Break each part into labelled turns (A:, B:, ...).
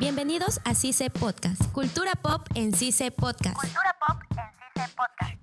A: Bienvenidos a CICE Podcast, Cultura Pop en CICE Podcast.
B: Cultura Pop en CICE Podcast.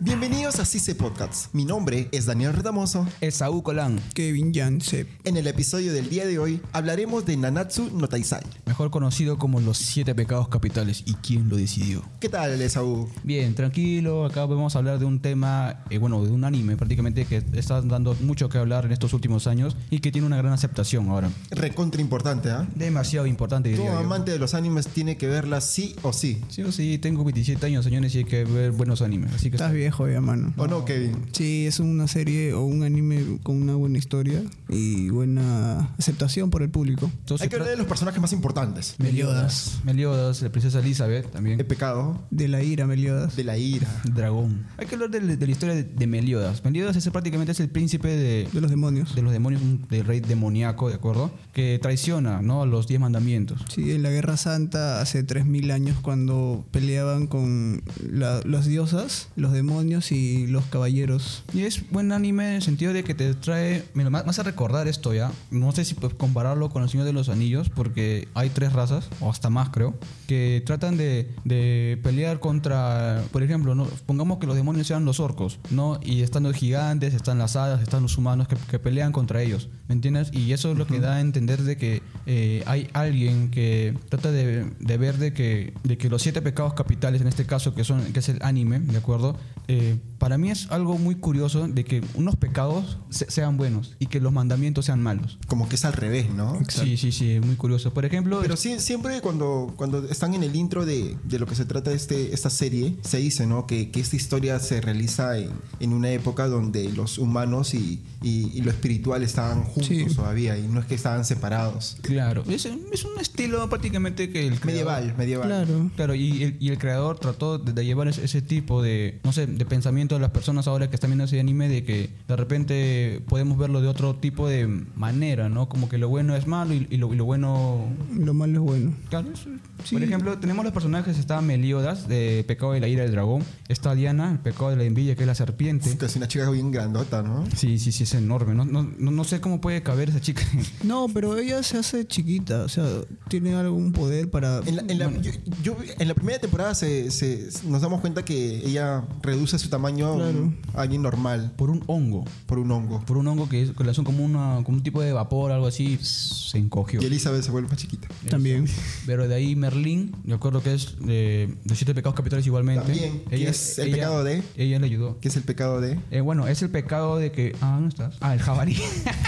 C: Bienvenidos a CICE Podcasts. Mi nombre es Daniel Retamoso.
D: Esaú Colán,
E: Kevin Yancep.
C: En el episodio del día de hoy hablaremos de Nanatsu no Taizai.
D: mejor conocido como los siete pecados capitales. ¿Y quién lo decidió?
C: ¿Qué tal, Esaú?
D: Bien, tranquilo, acá vamos a hablar de un tema, eh, bueno, de un anime prácticamente que está dando mucho que hablar en estos últimos años y que tiene una gran aceptación ahora.
C: Recontra importante, ¿ah?
D: Demasiado importante,
C: Todo
D: diría yo.
C: amante de los animes tiene que verla sí o sí.
D: Sí o sí, tengo 27 años, señores, y hay que ver buenos animes. Así que
E: Estás viejo ya, mano.
C: ¿O no, Kevin?
E: Sí, es una serie o un anime con una buena historia y buena aceptación por el público.
D: Entonces,
C: Hay que hablar de los personajes más importantes.
E: Meliodas.
D: Meliodas, la princesa Elizabeth también.
C: El pecado,
E: De la ira, Meliodas.
C: de la ira.
D: Dragón. Hay que hablar de, de la historia de, de Meliodas. Meliodas es prácticamente es el príncipe de,
E: De los demonios.
D: de los demonios, un- del rey demoníaco, ¿de acuerdo? Que traiciona, ¿no? Los diez mandamientos.
E: Sí, en la Guerra Santa hace 3.000 años cuando peleaban con la- las diosas, los demonios y los caballeros.
D: Y es buen anime en el sentido de que te trae, mira, más, más a recordar esto ya, no sé si pues, compararlo con El Señor de los Anillos, porque hay tres razas, o hasta más creo, que tratan de, de pelear contra, por ejemplo, ¿no? pongamos que los demonios sean los orcos, ¿no? Y están los gigantes, están las hadas, están los humanos que, que pelean contra ellos, ¿me entiendes? Y eso es lo que da a entender de que eh, hay alguien que trata de, de ver de que, de que los siete pecados capitales, en este caso, que, son, que es el anime, ¿de acuerdo? Eh, para mí es algo muy curioso de que unos pecados se- sean buenos y que los mandamientos sean malos.
C: Como que es al revés, ¿no?
D: Sí, sí, sí, muy curioso. Por ejemplo,
C: Pero sí, siempre cuando, cuando están en el intro de, de lo que se trata este, esta serie, se dice, ¿no? Que, que esta historia se realiza en, en una época donde los humanos y, y- y lo espiritual estaban juntos
E: Sí.
C: todavía y no es que estaban separados.
D: claro, es, es un estilo prácticamente que el creador-
C: Medieval, medieval.
E: Claro.
D: Claro, y el, y el creador trató de, de llevar ese, ese tipo de, no sé, de pensamiento a las personas ahora que están viendo ese anime de que de repente podemos verlo de otro tipo de manera, ¿no? Como que lo bueno es malo y, y lo, y lo bueno...
E: Lo malo es bueno.
D: Claro, eso.
E: Sí.
D: Por ejemplo, tenemos los personajes, está Meliodas, de Pecado de la Ira del Dragón, está Diana, el Pecado de la Envidia, que es la serpiente.
C: Que es una chica bien grandota, ¿no?
D: Sí, sí, sí, es enorme. No, no, no no sé cómo puede caber esa chica.
E: No, pero ella se hace chiquita, o sea, tiene algún poder para...
C: En la, en la- yo, yo- en la primera temporada se, se- nos damos cuenta que ella reduce su tamaño a, un- a alguien normal
D: Por un hongo.
C: por un hongo.
D: Por un hongo que, es, que le hacen como, una, como un tipo de vapor, algo así, se encogió.
C: Y Elizabeth se vuelve más chiquita.
E: También.
D: Pero de ahí Merlín, me acuerdo que es eh, los siete pecados capitales igualmente.
C: También, que es el pecado de-
D: Ella le ayudó.
C: Que es el pecado de...
D: Eh, bueno, es el pecado de que... Ah, ¿dónde estás? Ah, el jabalí.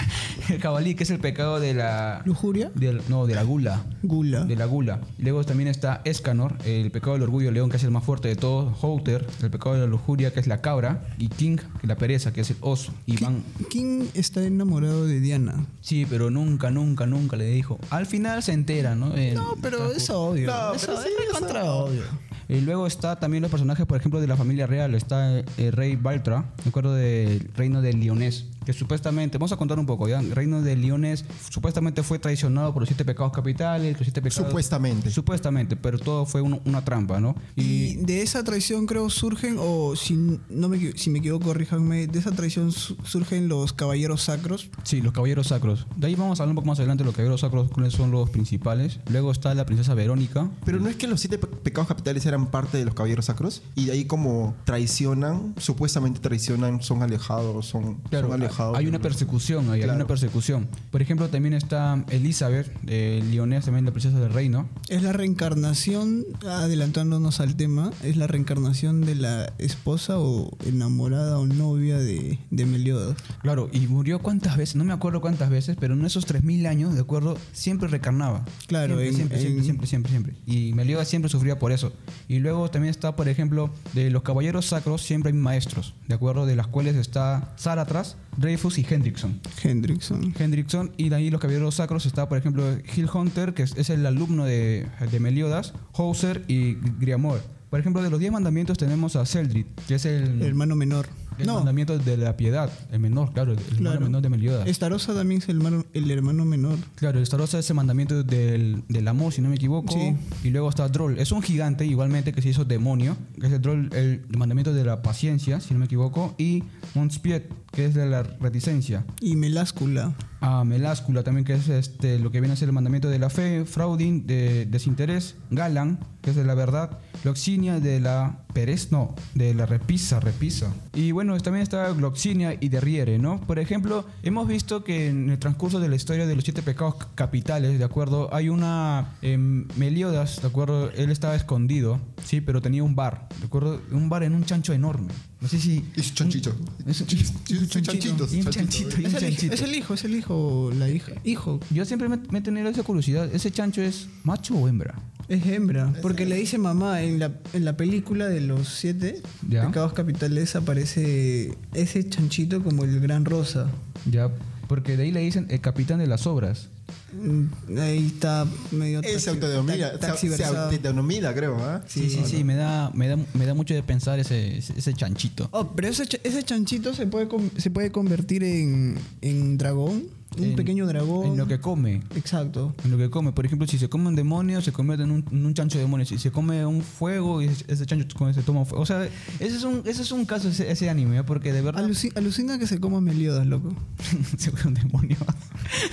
D: el jabalí, que es el pecado de la...
E: Lujuria,
D: del- no, de la gula.
E: gula,
D: De la gula. Y luego también está Escanor, el pecado del orgullo león, que es el más fuerte de todos. Houter, el pecado de la lujuria, que es la cabra. Y King, que es la pereza, que es el oso. Y van...
E: ¿Quién está enamorado de Diana?
D: Sí, pero nunca, nunca, nunca le dijo. Al final se entera, ¿no? En-
E: No, pero es obvio.
C: No,
E: eso
C: pero sí,
E: es recontra obvio.
D: Y luego está también los personajes, por ejemplo, de la familia real. Está el rey Baltra, me acuerdo del reino de Lionés, que supuestamente, vamos a contar un poco, ¿ya? El reino de Lionés supuestamente fue traicionado por los siete pecados capitales, los siete pecados...
C: Supuestamente.
D: Supuestamente, pero todo fue un- una trampa, ¿no?
E: Y
D: Y...
E: de esa traición creo surgen, o si, no me, equi- si me equivoco, corríjanme, de esa traición su- surgen los caballeros sacros.
D: Sí, los caballeros sacros. De ahí vamos a hablar un poco más adelante de los caballeros sacros, cuáles son los principales. Luego está la princesa Verónica.
C: Pero no es que los siete pe- pecados capitales eran parte de los caballeros sacros y de ahí como traicionan, supuestamente traicionan, son alejados, son,
D: Claro,
C: son alejados.
D: hay una persecución, hay, hay
C: Claro.
D: una persecución. Por ejemplo, también está Elizabeth, eh, Lionés, también la princesa del reino.
E: Es la reencarnación, adelantándonos al tema, es la reencarnación de la esposa o enamorada o novia de, de Meliodas.
D: Claro, y murió cuántas veces, no me acuerdo cuántas veces, pero en esos 3.000 años, de acuerdo, siempre recarnaba.
E: Claro,
D: siempre,
E: en-
D: siempre,
E: en-
D: siempre, siempre, siempre, siempre. Y Meliodas siempre sufría por eso. Y luego también está, por ejemplo, de los caballeros sacros siempre hay maestros, de acuerdo, de las cuales está Zaratras, Dreyfus y Hendrickson.
E: Hendrickson.
D: Hendrickson y de ahí los caballeros sacros está, por ejemplo, Hill Hunter, que es, es el alumno de, de Meliodas,
C: Mm.
D: Hauser y Griamor. Por ejemplo, de los 10 mandamientos tenemos a Celdrid, que es el...
E: Hermano menor.
D: El
E: No.
D: mandamiento de la piedad, el menor, claro, el hermano
E: Claro.
D: menor de Meliodas.
E: Estarosa también es el, hermano- el hermano menor.
D: Claro, está Rosa es el mandamiento del, del amor, si no me equivoco.
E: Sí.
D: Y luego está Droll. Es un gigante, igualmente, que se hizo demonio. Que es el Droll, el mandamiento de la paciencia, si no me equivoco. Y Monspiet, que es de la reticencia.
E: Y Meláscula.
D: A Meláscula también, que es este, lo que viene a ser el mandamiento de la fe. Fraudin, de desinterés. Galan, que es de la verdad. Gloxinia, de la perez, no, de la repisa, repisa. Y bueno, también está Gloxinia y Derriere, ¿no? Por ejemplo, hemos visto que en el transcurso de la historia de los siete pecados c- capitales, ¿de acuerdo? Hay una... em, Meliodas, ¿de acuerdo? Él estaba escondido, sí, pero tenía un bar, ¿de acuerdo? Un bar en un chancho enorme. No sé si...
C: Es chanchito.
D: un- Es un,
C: Chanchito,
D: un chanchito.
C: chanchitos,
D: y un
C: chanchito,
D: chanchito, y un
E: Es el,
D: chanchito.
E: es el hijo, es el hijo o la hija. Hijo.
D: Yo siempre me, me he tenido esa curiosidad. ¿Ese chancho es macho o hembra?
E: Es hembra. Porque le dice mamá en la, en la película de los siete
D: Ya.
E: pecados capitales aparece ese chanchito como el gran rosa.
D: Ya, porque de ahí le dicen el capitán de las obras.
E: Mm, Ahí está medio
C: Él se
E: taxi-
C: autodenomina,
E: ta-
C: se, se
E: taxiversado.
C: autodenomina, creo, ¿ah?
D: Sí, sí, sí, me da, me da, me da mucho de pensar ese, ese- ese chanchito.
E: Oh, pero ese, ch- ese chanchito se puede, com- se puede convertir en, en dragón, un
D: En-
E: pequeño dragón.
D: En lo que come.
E: Exacto.
D: En lo que come. Por ejemplo, si se come un demonio, se convierte en un, en un chancho demonio. Si se come un fuego, y ese ese chancho come- se toma fuego. O sea, ese es un, ese es un caso, ese, ese anime, ¿eh? porque de verdad.
E: Aluci- alucina que se coma Meliodas, loco.
D: se fue un demonio.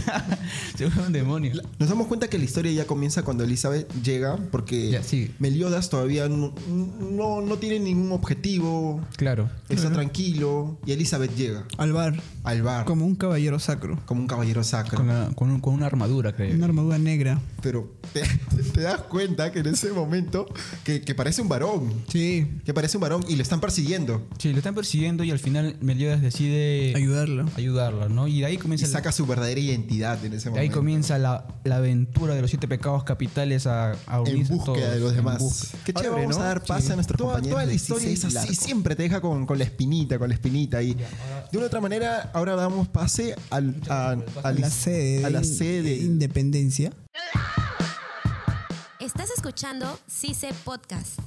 D: se fue un demonio.
C: La- Nos damos cuenta que la historia ya comienza cuando Elizabeth llega, porque
D: Ya, sí.
C: Meliodas todavía no, no, no tiene ningún objetivo,
D: Claro.
C: está tranquilo, y Elizabeth llega
E: Al bar,
C: al bar como,
E: como un caballero sacro.
C: un caballero sacro.
D: Con, la- con un- con una armadura, creo.
E: Una armadura negra.
C: Pero te, te das cuenta que en ese momento, que, que parece un varón,
E: Sí,
C: que parece un varón y lo están persiguiendo.
D: Sí, lo están persiguiendo y al final Meliodas decide
E: ayudarlo.
D: ayudarla, ¿no? Y de ahí
C: Y
D: comienza,
C: saca su verdadera identidad en ese
D: de ahí
C: este momento.
D: comienza la, la aventura de los siete pecados capitales a, a
C: en
D: unirse
C: búsqueda
D: todos,
C: de los
D: en
C: demás.
D: busca.
C: Qué
E: Ahora
C: chévere,
E: vamos
C: ¿no?
E: a dar paso a nuestros
C: toda,
E: compañeros
C: toda la
E: de
C: historia es
E: 16
C: así,
E: largo.
C: siempre te deja con, con la espinita, con la espinita ahí. De una otra manera, ahora damos pase al, a, a
E: la sede.
C: A la
E: de- de
C: sede.
E: Independencia.
A: Estás escuchando CICE Podcast.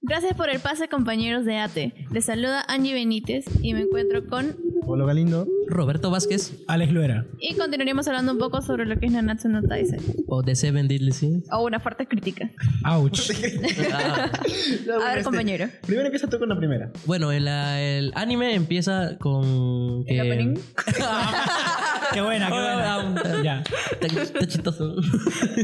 F: Gracias por el pase, compañeros de ATE. Les saluda Angie Benítez y me encuentro con.
G: Polo Galindo.
H: Roberto Vázquez
G: Alex Luera.
F: Y continuaremos hablando un poco sobre lo que es Nanatsu no Taisen.
H: o The Seven Deadly Sins. Ah,
F: O una fuerte crítica.
G: Ouch.
F: A
G: este,
F: ver, compañero.
G: Primero empieza tú con la primera.
H: Bueno, el, ah, el anime empieza con.
F: ¿El
H: que-
F: opening?
G: Qué buena, qué
H: Ah,
G: buena.
H: ah,
G: ya.
H: Está, está chistoso.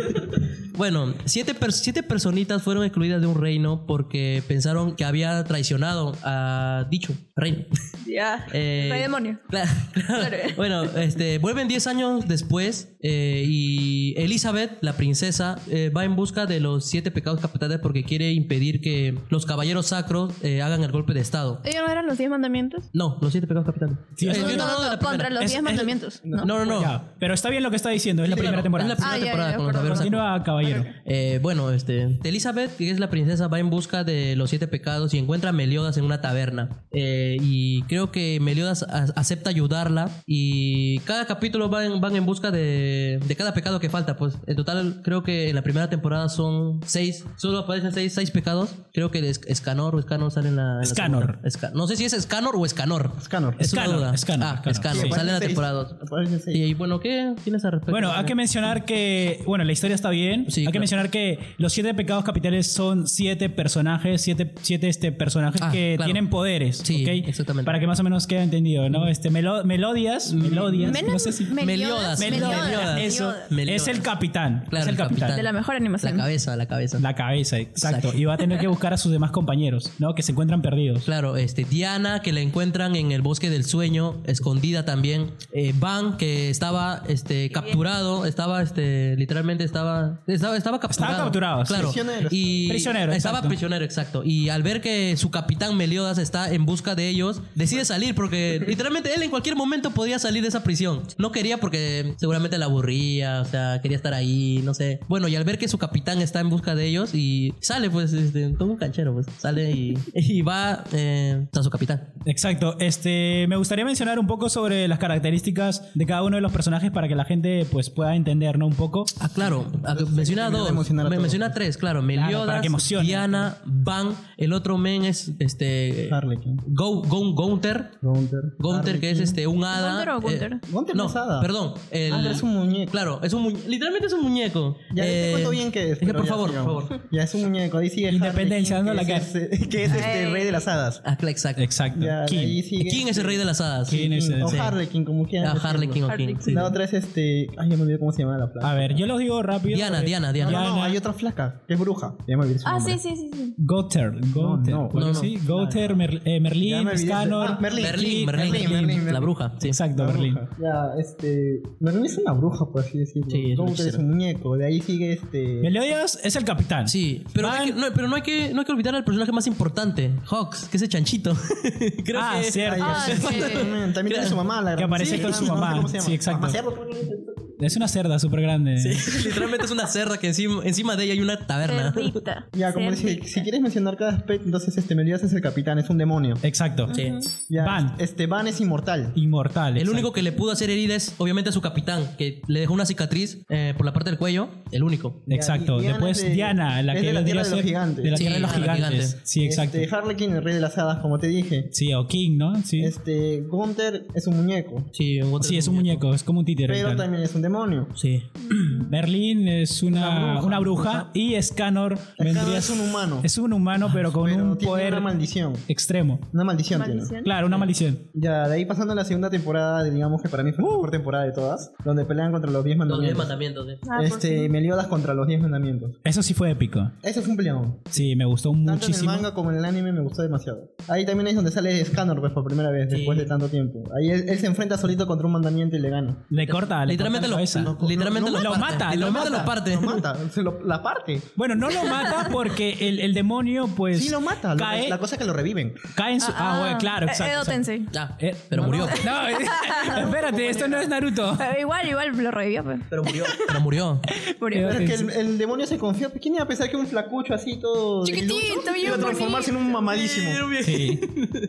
H: bueno, siete, per- siete personitas fueron excluidas de un reino porque pensaron que había traicionado a dicho reino.
F: Ya.
H: Eh,
F: Rey demonio.
H: Claro, claro.
F: Claro.
H: Bueno, este, vuelven 10 años después eh, y Elizabeth, la princesa, eh, va en busca de los siete pecados capitales porque quiere impedir que los caballeros sacros eh, hagan el golpe de estado.
F: ¿Ellos no eran los 10 mandamientos?
H: No, los siete pecados capitales.
G: Sí,
H: Eh,
G: eso-
H: yo
F: No,
H: estoy hablando
F: no,
H: de la
F: no, contra
H: primera.
F: los
G: Es-
F: 10
G: es-
F: mandamientos.
H: No, no, no.
G: Ya. Pero está bien lo que está diciendo. Es la
H: Sí, claro,
G: primera temporada.
H: Es la
F: Ah,
H: primera
F: ya,
H: temporada
F: ya,
H: con los
F: perdón.
H: caballeros sacros.
G: Continúa, caballero.
H: Eh, bueno, este, Elizabeth, que es la princesa, va en busca de los siete pecados y encuentra a Meliodas en una taberna. Eh, y creo que Meliodas a- acepta ayudarla y cada capítulo van, van en busca de, de cada pecado que falta. Pues en total creo que en la primera temporada son seis, solo aparecen seis, seis pecados. Creo que es- Escanor o Escanor sale en la... en la
G: Escanor.
H: segunda. Esca- no sé si es Escanor o Escanor.
G: Escanor.
H: Es una
G: Escanor,
H: duda.
G: Escanor,
H: Ah,
G: Escanor.
H: Escanor.
G: Sí.
H: Sale en la temporada dos. Y, y, bueno, ¿qué tienes al respecto?
G: Bueno, hay que mencionar que, bueno, la historia está bien.
H: Sí,
G: hay que
H: claro.
G: mencionar que los siete pecados capitales son siete personajes, siete, siete este, personajes
H: Ah,
G: que
H: claro.
G: tienen poderes.
H: Sí,
G: ¿ok?
H: exactamente. Mm.
G: Para que más o menos quede entendido, ¿no? Este, melo- melodias, melodias,
F: Menos
G: no sé si...
F: Meliodas.
H: Meliodas, Meliodas.
G: Eso,
H: Meliodas.
G: es el capitán.
H: Claro,
G: es el
H: el capitán.
G: capitán.
F: De la mejor
H: La
F: animación.
H: cabeza, la cabeza.
G: La cabeza, exacto.
H: Exacto.
G: Y va a tener que buscar a sus demás compañeros, ¿no? Que se encuentran perdidos.
H: Claro, este, Diana, que la encuentran en el bosque del sueño, escondida también. Eh, Van, que estaba este, capturado, estaba este, literalmente estaba, estaba, estaba capturado.
G: capturado, sí.
H: claro.
G: Prisionero.
H: Y
G: Prisionero,
H: Estaba
G: exacto.
H: prisionero, exacto. Y al ver que su capitán Meliodas está en busca de ellos, decide salir porque literalmente él en cualquier momento podía salir de esa prisión. No quería porque seguramente la aburría, o sea, quería estar ahí, no sé. Bueno, y al ver que su capitán está en busca de ellos y sale, pues, este, como un canchero, pues, sale y, y va eh, tras su capitán.
G: Exacto. Este, me gustaría mencionar un poco sobre las características de cada uno de los personajes para que la gente pues pueda entender, ¿no? Un poco.
H: Ah, claro, ah, menciona
D: termina de
H: dos.
D: emocionar a
H: Me
D: todos. pues.
H: menciona tres, claro.
G: para
H: Meliodas,
G: que emocione.
H: Diana, Van, el otro men es este.
I: Harlequin.
H: Go, Go- Gunther.
I: Gunther.
H: Gunther, que es este, un hada.
F: ¿Gunther o Gunther?
I: Gunther
H: no,
I: no es hada.
H: Perdón. el-
I: Ah, es un muñeco.
H: Claro, es un muñeco. Literalmente es un muñeco.
I: Ya
H: Eh,
I: te cuento bien que es.
H: es que
I: pero
H: por
I: ya
H: favor, por
I: sigamos.
H: favor.
I: Ya es un muñeco. Ahí sigue
G: Independencia,
I: Harley
G: dando
I: Quinn,
G: la
I: que es este- que es este rey de las hadas.
H: Ah, claro, exacto.
G: Exacto.
I: Ya, de
G: Eh, King.
I: ahí sigue
H: ¿Quién es el rey de las hadas?
G: ¿Quién es el-
I: O
H: Sí.
I: Harlequin, como
H: Ah,
I: quieran.
H: Harlequin o
F: Harley
H: King.
F: Quinn.
H: sí.
I: La otra es este. Ay, ya me olvidé cómo se llamaba la flaca.
G: A ver, yo los digo rápido.
H: Diana,
G: Eh,
H: Diana, Diana.
I: No, Ah, no, no, hay otra flaca, que es bruja. Ya me olvidé su
F: Ah,
I: nombre.
F: sí, sí, sí. sí.
G: Gother, Gother,
I: no,
G: ¿cuál
H: no,
G: es? sí, Gother, Mer- eh, Merlín,
I: Ya me olvidé.
G: Scanor,
I: Ah, Merlín.
H: Merlín, Merlín,
I: Merlín,
H: Merlín,
I: Merlín,
H: La
I: Merlín.
H: bruja. Sí.
G: Exacto, Merlín.
I: Ya, este. Merlín es una bruja, por así decirlo.
H: Sí, es una
I: Gunther es
H: hechicera.
I: un muñeco. De ahí sigue este.
G: Meliodas es el capitán.
H: Sí, pero,
G: Van-
H: hay que- no, pero no, hay que, no hay que olvidar al personaje más importante, Hawks, que es el chanchito. Creo
G: ah,
H: que-
G: cierto.
F: Ah,
I: sí,
F: sí.
I: Mm, También también tiene su mamá, la
G: Que
I: gran-
G: aparece con
I: gran
G: su
I: mamá,
G: mamá.
I: ¿cómo se llama?
G: Sí, exacto.
I: Mamaciago, ¿cómo le dicen?
G: Es una cerda súper grande.
H: Ah. Sí, literalmente es una cerda que encima, encima de ella hay una taberna.
F: Cerdita.
I: Ya, como dice,
F: Cerdita.
I: si quieres mencionar cada aspecto, entonces este Meliodas es el capitán, es un demonio.
G: Exacto.
H: Sí.
I: Ya,
G: Van.
I: Este Van es inmortal.
G: Inmortal.
H: El
G: exacto.
H: único que le pudo hacer herida es obviamente a su capitán, que le dejó una cicatriz eh, por la parte del cuello, el único.
G: Exacto.
I: Diana
G: Después
I: es de-
G: Diana, la
I: es
G: que
I: de la
G: vendría
I: Tierra
G: a
I: de los
G: ser-
I: Gigantes.
G: De la
H: Sí,
G: tierra de los
H: de los
G: gigantes.
H: gigantes.
G: Sí, exacto.
I: Este, Harlequin, el rey de las hadas, como te dije.
G: Sí, o King, ¿no? Sí.
I: Este Gunther es un muñeco,
H: Sí, un otro
G: Sí, es un muñeco, es como un títere.
I: pero
G: claro.
I: también es un demonio.
H: Sí.
G: Merlín es una, una bruja, y Escanor vendría
I: es un humano. Ah,
G: Es un humano pero con
I: pero
G: un
I: tiene
G: poder
I: una maldición.
G: extremo.
I: Una maldición, tiene.
F: Maldición.
G: Claro, una maldición.
I: Ya, de ahí pasando a la segunda temporada, digamos que para mí
G: Uh.
I: fue la mejor temporada de todas, donde pelean contra los 10
H: Los diez
I: mandamientos.
H: mandamientos. eh.
F: Ah, por
I: Este, Meliodas contra los 10 mandamientos.
G: Eso sí fue épico.
I: Ese fue un peleón.
G: Sí, me gustó
I: Tanto en el
G: muchísimo.
I: manga como en el anime me gustó demasiado. Ahí también es donde sale Scanor pues, por primera vez,
H: Sí.
I: después de tanto tiempo. Ahí él, él se enfrenta solito contra un mandamiento y le gana.
G: Le corta, Ah, le
H: Literalmente
G: corta
H: lo,
G: la cabeza.
H: literalmente
G: lo,
H: lo, parte.
G: mata, Ah, lo
H: Literalmente
G: mata.
H: lo parte.
I: Lo mata, se lo- la parte.
G: Bueno, no lo mata porque el, el demonio pues
I: Sí, lo mata. lo-
G: Cae,
I: la cosa es que lo reviven.
G: cae en su Ah, bueno, claro,
F: Eh,
G: exacto.
F: Edo
G: exacto.
F: Tensei.
H: Ya,
G: Eh,
H: pero
G: no,
H: murió.
G: No, eh, espérate, esto no es Naruto.
F: Eh, igual, igual lo revivió, pues.
H: Pero murió. Pero murió.
F: Por
G: Edo
F: igual.
I: Pero es que el, el demonio se confió. pues, ¿Quién iba a pensar que un flacucho así todo.
F: Chiquitito,
I: debilucho
F: bien
I: Iba a transformarse en un mamadísimo.
G: Sí.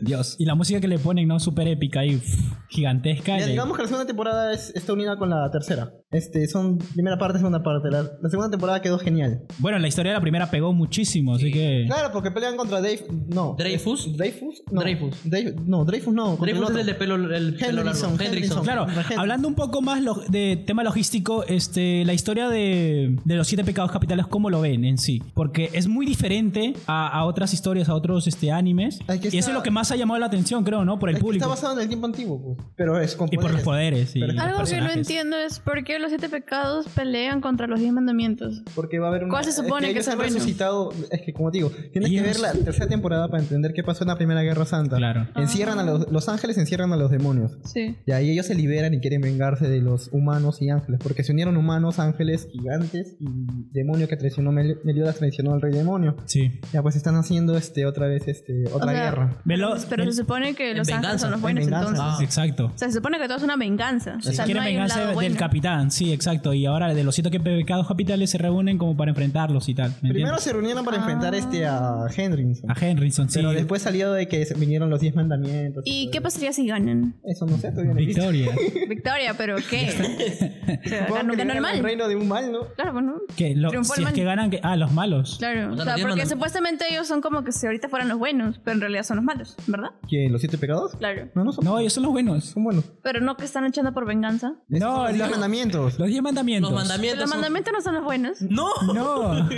G: Dios. Y la música que le ponen, ¿no? Súper épica y pff, gigantesca.
I: Ya,
G: Le-
I: digamos que la segunda temporada es- está unida con la tercera. Este, son primera parte, segunda parte. La, la segunda temporada quedó genial.
G: Bueno, la historia de la primera pegó muchísimo, así que...
I: Claro, porque pelean contra Dave. No.
H: Dreyfus.
I: Dreyfus. No.
H: Dreyfus.
I: Dave- no, Dreyfus no. contra
H: Dreyfus es
I: otro.
H: el de pelo, el pelo largo. Hendrickson.
I: Hendrickson, Hendrickson.
G: Claro,
I: La gente.
G: hablando un poco más lo- de tema logístico, este, la historia de, de los siete pecados capitales, ¿cómo lo ven en sí? Porque es muy diferente a, a otras historias, a otros este, animes.
I: Es que
G: y eso
I: está-
G: es lo que más ha llamado la atención, creo, ¿no? Por el
I: Es que
G: público.
I: Está basado en el tiempo antiguo, pues. Pero es con
G: Y por los poderes. y
I: Pero-
G: los
F: Algo que no
G: personajes.
F: entiendo es por qué los siete pecados pelean contra los diez mandamientos.
I: Porque va a haber eh, una-
F: ¿Cuál se supone
I: es
F: que
I: ellos
F: es
I: han
F: bueno?
I: resucitado? Es que, como te digo, tienes que
G: Ellos-
I: ver la tercera temporada para entender qué pasó en la Primera Guerra Santa.
G: Claro.
I: Encierran a los, los ángeles, encierran a los demonios.
F: Sí.
I: Y ahí ellos se liberan y quieren vengarse de los humanos y ángeles. Porque se unieron humanos, ángeles, gigantes y demonio que traicionó Mel- Meliodas traicionó al rey demonio.
G: Sí.
I: Ya pues están haciendo este otra vez este otra
F: O sea,
I: guerra.
G: Velo-
F: Pero se supone que
H: En
F: los ángeles
H: venganza,
F: son los
I: en
F: buenos
I: venganza.
F: entonces.
H: Ah.
G: Exacto.
F: O sea, se supone que todo es una venganza. O sea, no
G: Quieren
F: hay un
G: venganza
F: lado
G: del
F: bueno.
G: capitán, sí, exacto. Y ahora de los siete que- pecados capitales se reúnen como para enfrentarlos y tal. ¿me
I: Primero
G: entiendes?
I: se reunieron para
F: Ah.
I: enfrentar este a Hendrickson.
G: A Henrison, Ah, sí.
I: Pero después salió de que se- vinieron los 10 mandamientos.
F: ¿Y
I: todo
F: qué pasaría si ganan?
I: Eso no sé, todavía no he visto.
G: Victoria.
F: Victoria, pero ¿qué? O sea,
I: Supongo
F: ganó
I: que
F: de
I: tenían el
F: normal.
I: reino de un mal, ¿no?
F: Claro, bueno.
G: que lo-
F: Triunfó el
G: si es
F: man-
G: que ganan... que- ah, los malos.
F: Claro,
H: O
F: o sea,
H: sea, los diez
F: porque
H: mandan-
F: supuestamente ellos son como que si ahorita fueran los buenos, pero en realidad son los malos, ¿verdad?
I: ¿Quién? ¿Los siete pecados?
F: Claro.
I: No, no son.
G: No, ellos son los buenos.
I: Son buenos.
F: Pero no que están luchando por venganza.
G: No,
I: los 10
G: no.
I: mandamientos.
G: Los diez mandamientos.
H: Los mandamientos.
F: Pero los
H: son-
F: mandamientos no son los buenos.
H: No.
G: No.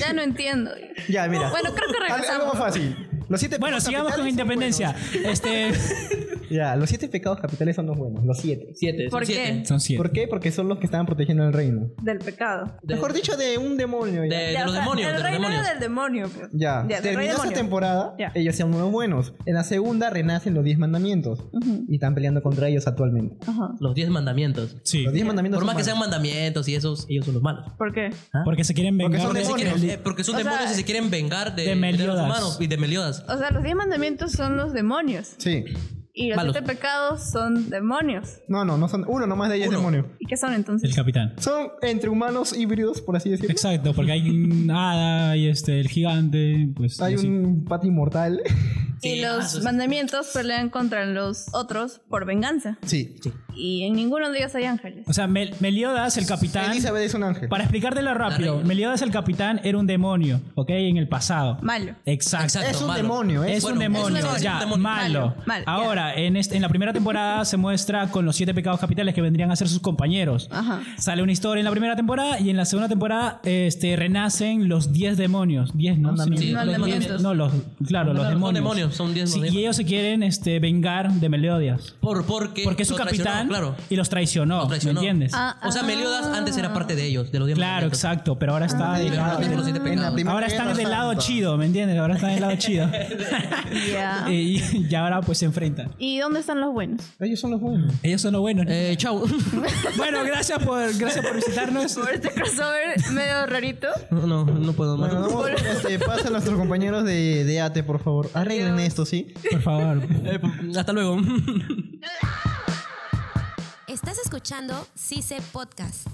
F: Ya no entiendo.
I: Ya,
H: Ah,
I: mira.
F: Bueno, creo que
I: Al-
F: regresamos.
I: Algo fácil. Los siete
G: Bueno,
I: pecados
G: sigamos con
I: capitales son
G: Independencia. Este
I: buenos. Ya, los siete pecados capitales son los buenos, los siete.
H: Siete. son
F: ¿Por qué?
H: siete.
G: son siete.
I: ¿Por qué? Porque son los que estaban protegiendo el reino.
F: Del pecado.
H: De-
I: Mejor dicho, de un demonio.
H: de-
I: ya.
H: de
F: Ya, o
H: los
F: sea,
H: demonios.
F: El
H: de los
F: reino
H: demonios.
F: del demonio. pues.
I: Ya,
F: del rey
I: terminó esa
F: demonio.
I: temporada,
F: Ya.
I: ellos sean unos buenos. En la segunda renacen los 10 mandamientos
F: Ujú.
I: y están peleando contra ellos actualmente.
F: Ajá.
H: Los diez mandamientos.
G: Sí.
I: Los 10 mandamientos
H: Por más
I: son
H: que
I: malos.
H: sean mandamientos y esos, ellos son los malos.
F: ¿Por qué?
G: Porque se quieren
I: Porque
G: vengar.
I: son
G: de-
H: Se
I: demonios.
H: quieren- eh, porque son
F: O sea,
H: demonios y se quieren vengar de,
G: de
H: de los
G: Meliodas.
H: humanos y de Meliodas.
F: O sea, los diez mandamientos son los demonios.
I: Sí.
F: Y los
H: Malos.
F: siete pecados son demonios.
I: No, no, no son. Uno nomás de ella es demonio.
F: ¿Y qué son
G: El
F: entonces?
G: capitán.
I: Son entre humanos híbridos, por así decirlo.
G: Exacto, porque hay nada y este, el gigante, pues...
I: Hay
G: y así.
I: un pato inmortal.
F: y
H: ah,
F: los mandamientos pelean contra los otros por venganza.
I: Sí.
F: Y en ninguno de ellos hay ángeles.
G: O sea, Mel- Meliodas, el capitán...
I: Elizabeth es un ángel.
G: Para explicártelo rápido, Meliodas el capitán era un demonio, ¿ok? En el pasado.
F: Malo.
G: Exacto.
H: Exacto,
I: Es un
H: malo.
I: demonio, ¿eh?
G: Es
H: Bueno,
G: un
H: es un
G: demonio,
H: demonio,
G: ya,
H: es un demonio.
G: malo.
F: Malo, malo, ya.
G: Ahora, en, este- en la primera temporada se muestra con los siete pecados capitales que vendrían a ser sus compañeros.
F: Ajá.
G: Sale una historia en la primera temporada y en la segunda temporada este, renacen los 10 demonios. 10, ¿no?
H: Mandamientos.
G: Sí,
H: No,
G: los
H: mandamientos.
G: 10, no, los, claro,
H: No,
G: los
H: no, son
G: demonios.
H: demonios, son 10
G: Sí,
H: demonios.
G: Y ellos se quieren este, vengar de Melodias.
H: Por, porque
G: Porque es su
H: lo traicionó,
G: capitán
H: Claro.
G: y los traicionó,
H: Lo traicionó.
G: ¿me entiendes?
F: Ah,
H: o sea,
F: ah.
H: Meliodas antes era parte de ellos, de los diez
G: claro,
H: mandamientos.
G: exacto, pero ahora está del
H: Pero no
G: lado-
H: tiene los siete
I: Ah, En la
H: pecados.
I: primera
G: Ahora están
I: Guerra
G: del lado
I: Santa.
G: chido, ¿me entiendes? Ahora están del lado chido.
F: Ya.
H: Eh.
G: y, y ahora pues se enfrentan.
F: ¿Y dónde están los buenos?
I: Ellos son los buenos.
G: Ellos son los buenos. ¿no?
H: Eh, chau.
G: Bueno, gracias por, gracias por visitarnos.
F: Por este crossover medio rarito.
H: no, no puedo más.
I: Bueno, vamos, este, pasa a nuestros compañeros de, de ATE, por favor. Arreglen esto, ¿sí?
G: Por favor.
H: Eh, pues, hasta luego.
A: Estás escuchando CICE Podcast.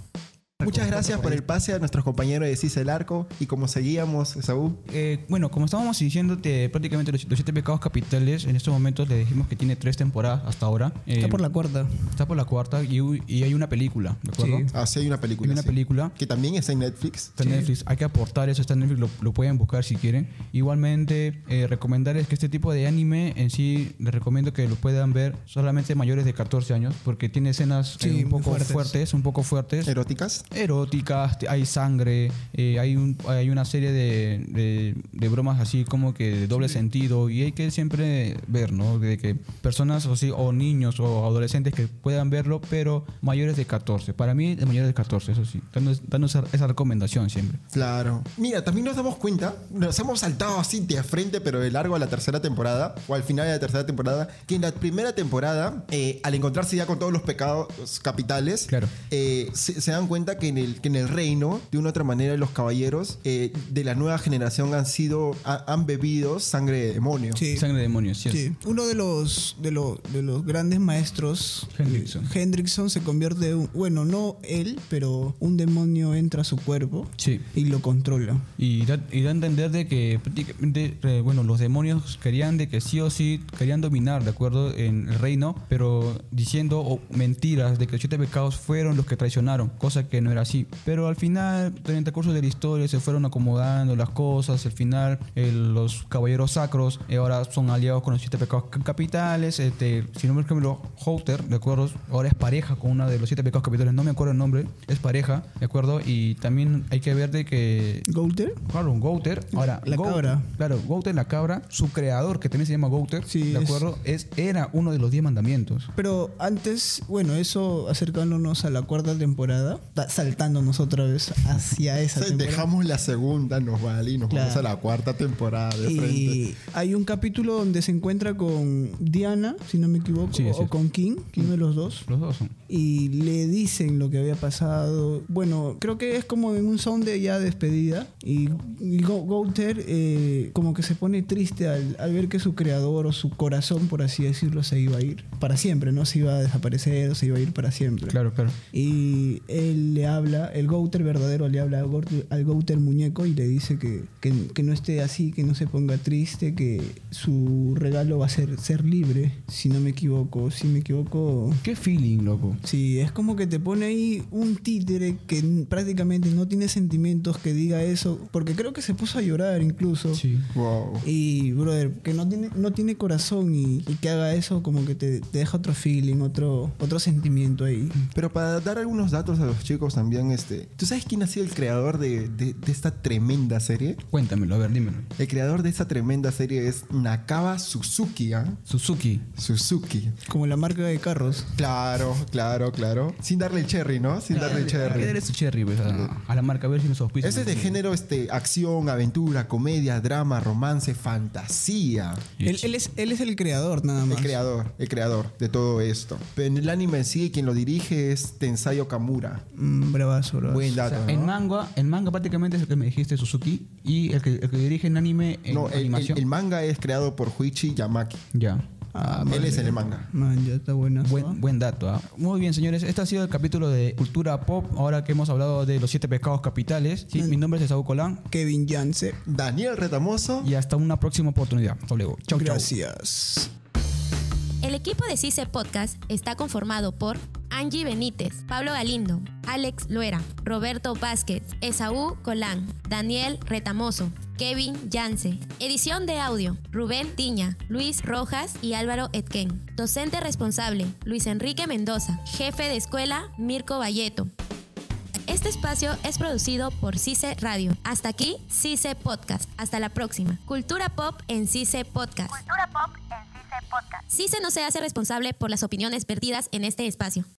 C: Muchas gracias por el pase a nuestros compañeros de Cisa el Arco. Y como seguíamos, Saúl,
D: Eh, bueno, como estábamos diciéndote, prácticamente los, los siete pecados capitales en estos momentos le dijimos que tiene tres temporadas hasta ahora.
E: Está
D: Eh,
E: por la cuarta.
D: está por la cuarta y, hu- y hay una película, ¿de acuerdo?
E: Sí.
C: así hay una película.
D: Hay una
C: Ah, sí,
D: película.
C: Que también está en Netflix.
D: Está en Netflix, hay que aportar eso, está en Netflix, lo, lo pueden buscar si quieren. Igualmente, eh, recomendarles que este tipo de anime en sí, les recomiendo que lo puedan ver solamente mayores de 14 años, porque tiene escenas eh,
E: Sí,
D: un
E: muy
D: poco fuertes.
E: fuertes.
D: un poco fuertes.
C: Eróticas.
D: eróticas, te- hay sangre, eh, hay, un, hay una serie de, de- de bromas así como que de doble sentido y hay que siempre ver, ¿no? De que personas o, sí, o niños o adolescentes que puedan verlo, pero mayores de 14. Para mí, de mayores de 14, eso sí. Dando, dando esa, esa recomendación siempre.
C: Claro. Mira, también nos damos cuenta, nos hemos saltado así de frente, pero de largo a la tercera temporada, o al final de la tercera temporada, que en la primera temporada, eh, al encontrarse ya con todos los pecados capitales,
D: Claro.
C: eh, se, se dan cuenta que en, el, que en el reino, de una u otra manera, los caballeros eh, de la nueva generación han sido, ha- han bebido sangre de demonio.
E: Sí.
D: Sangre de demonios, sí.
E: Sí. Uno de los, de, lo- de los grandes maestros,
D: Hendrickson.
E: eh, Hendrickson, se convierte, en un- bueno, no él, pero un demonio entra a su cuerpo
D: Sí.
E: y lo controla.
D: Y da, y da a entender de que prácticamente, eh, bueno, los demonios querían de que sí o sí querían dominar, ¿de acuerdo? En el reino, pero diciendo oh, mentiras de que los siete pecados fueron los que traicionaron, cosa que no era así. Pero al final, durante el transcurso de la historia, se fueron acomodando las cosas, al final eh, los caballeros sacros eh, ahora son aliados con los siete pecados ca- capitales, este, si no me equivoco, Houter, ¿de acuerdo? Ahora es pareja con una de los siete pecados capitales, no me acuerdo el nombre, es pareja, ¿de acuerdo? Y también hay que ver de que
E: ¿Golter?
D: Claro, un Gouter. Ahora,
E: La
D: Gouter-
E: cabra.
D: Claro, Gouter, la cabra, su creador, que también se llama Gouter,
E: Sí,
D: ¿de
E: es-
D: acuerdo? Es, era uno de los diez mandamientos.
E: Pero antes, bueno, eso acercándonos a la cuarta temporada, ta- saltándonos otra vez hacia esa
C: Entonces,
E: temporada.
C: dejamos la segunda, nos vale, y nos
E: Claro.
C: vamos a la cuarta temporada de frente.
E: Y hay un capítulo donde se encuentra con Diana, si no me equivoco,
D: Sí, es
E: o
D: cierto.
E: con King, uno de los dos.
D: Los dos son.
E: Y le dicen lo que había pasado. Bueno, creo que es como en un sound de ya despedida. Y, y Go- Goater eh, como que se pone triste al, al ver que su creador o su corazón, por así decirlo, se iba a ir para siempre, ¿no? Se iba a desaparecer o se iba a ir para siempre.
D: Claro, claro.
E: Y él le habla, el Gouter verdadero le habla al Gouter, al Gouter muñeco y le dice que, que- que no esté así, que no se ponga triste, que su regalo va a ser ser libre, si no me equivoco. Si me equivoco,
D: Qué feeling, loco.
E: Sí, es como que te pone ahí un títere que n- prácticamente no tiene sentimientos que diga eso, porque creo que se puso a llorar incluso.
D: Sí.
C: Wow.
E: Y, brother, que no tiene, no tiene corazón y, y que haga eso como que te, te deja otro feeling, otro, otro sentimiento ahí.
C: Pero para dar algunos datos a los chicos también, este, ¿tú sabes quién ha sido el creador de, de- de esta tremenda serie?
D: Cuéntamelo, a ver, dímelo.
C: El creador de esta tremenda serie es Nakaba Suzuki, ¿ah?
D: Suzuki.
C: Suzuki.
E: Como la marca de carros.
C: Claro, claro, claro. Sin darle el cherry, ¿no? Sin darle el
D: ¿Qué
C: cherry.
D: eres su cherry, pues, a, a la marca? A ver si nos auspician.
C: Ese es de género este, acción, aventura, comedia, drama, romance, fantasía.
E: Él, él es, él es el creador nada
C: El
E: más.
C: creador, el creador de todo esto. Pero en el anime en sí, quien lo dirige es Tensai Okamura.
E: Mm, bravazo, bravazo.
C: Buen dato,
D: El
C: ¿no?
D: manga, el manga prácticamente es el que me dijiste, Suzuki, y el que, el que dirige en anime en
C: No, el- el,
D: animación.
C: el manga es creado por Huichi Yamaki.
D: Ya.
E: Ah,
C: Él
E: vale.
C: es el manga.
E: Man, ya está buena.
D: Buen, buen dato. ¿ah? Muy bien, señores. Este ha sido el capítulo de Cultura Pop. Ahora que hemos hablado de los siete pecados capitales. Sí, mi nombre es Esaú Colán.
E: Kevin Yance.
C: Daniel Retamoso.
D: Y hasta una próxima oportunidad. Hasta luego. Chau, chau.
E: Gracias.
A: El equipo de CICE Podcast está conformado por Angie Benítez, Pablo Galindo, Alex Luera, Roberto Vázquez, Esaú Colán, Daniel Retamoso, Kevin Yance. Edición de audio, Rubén Tiña, Luis Rojas y Álvaro Etquén. Docente responsable, Luis Enrique Mendoza. Jefe de escuela, Mirko Valleto. Este espacio es producido por CICE Radio. Hasta aquí, CICE Podcast. Hasta la próxima. Cultura Pop en CICE Podcast.
B: Cultura Pop en CICE Podcast.
A: CICE no se hace responsable por las opiniones perdidas en este espacio.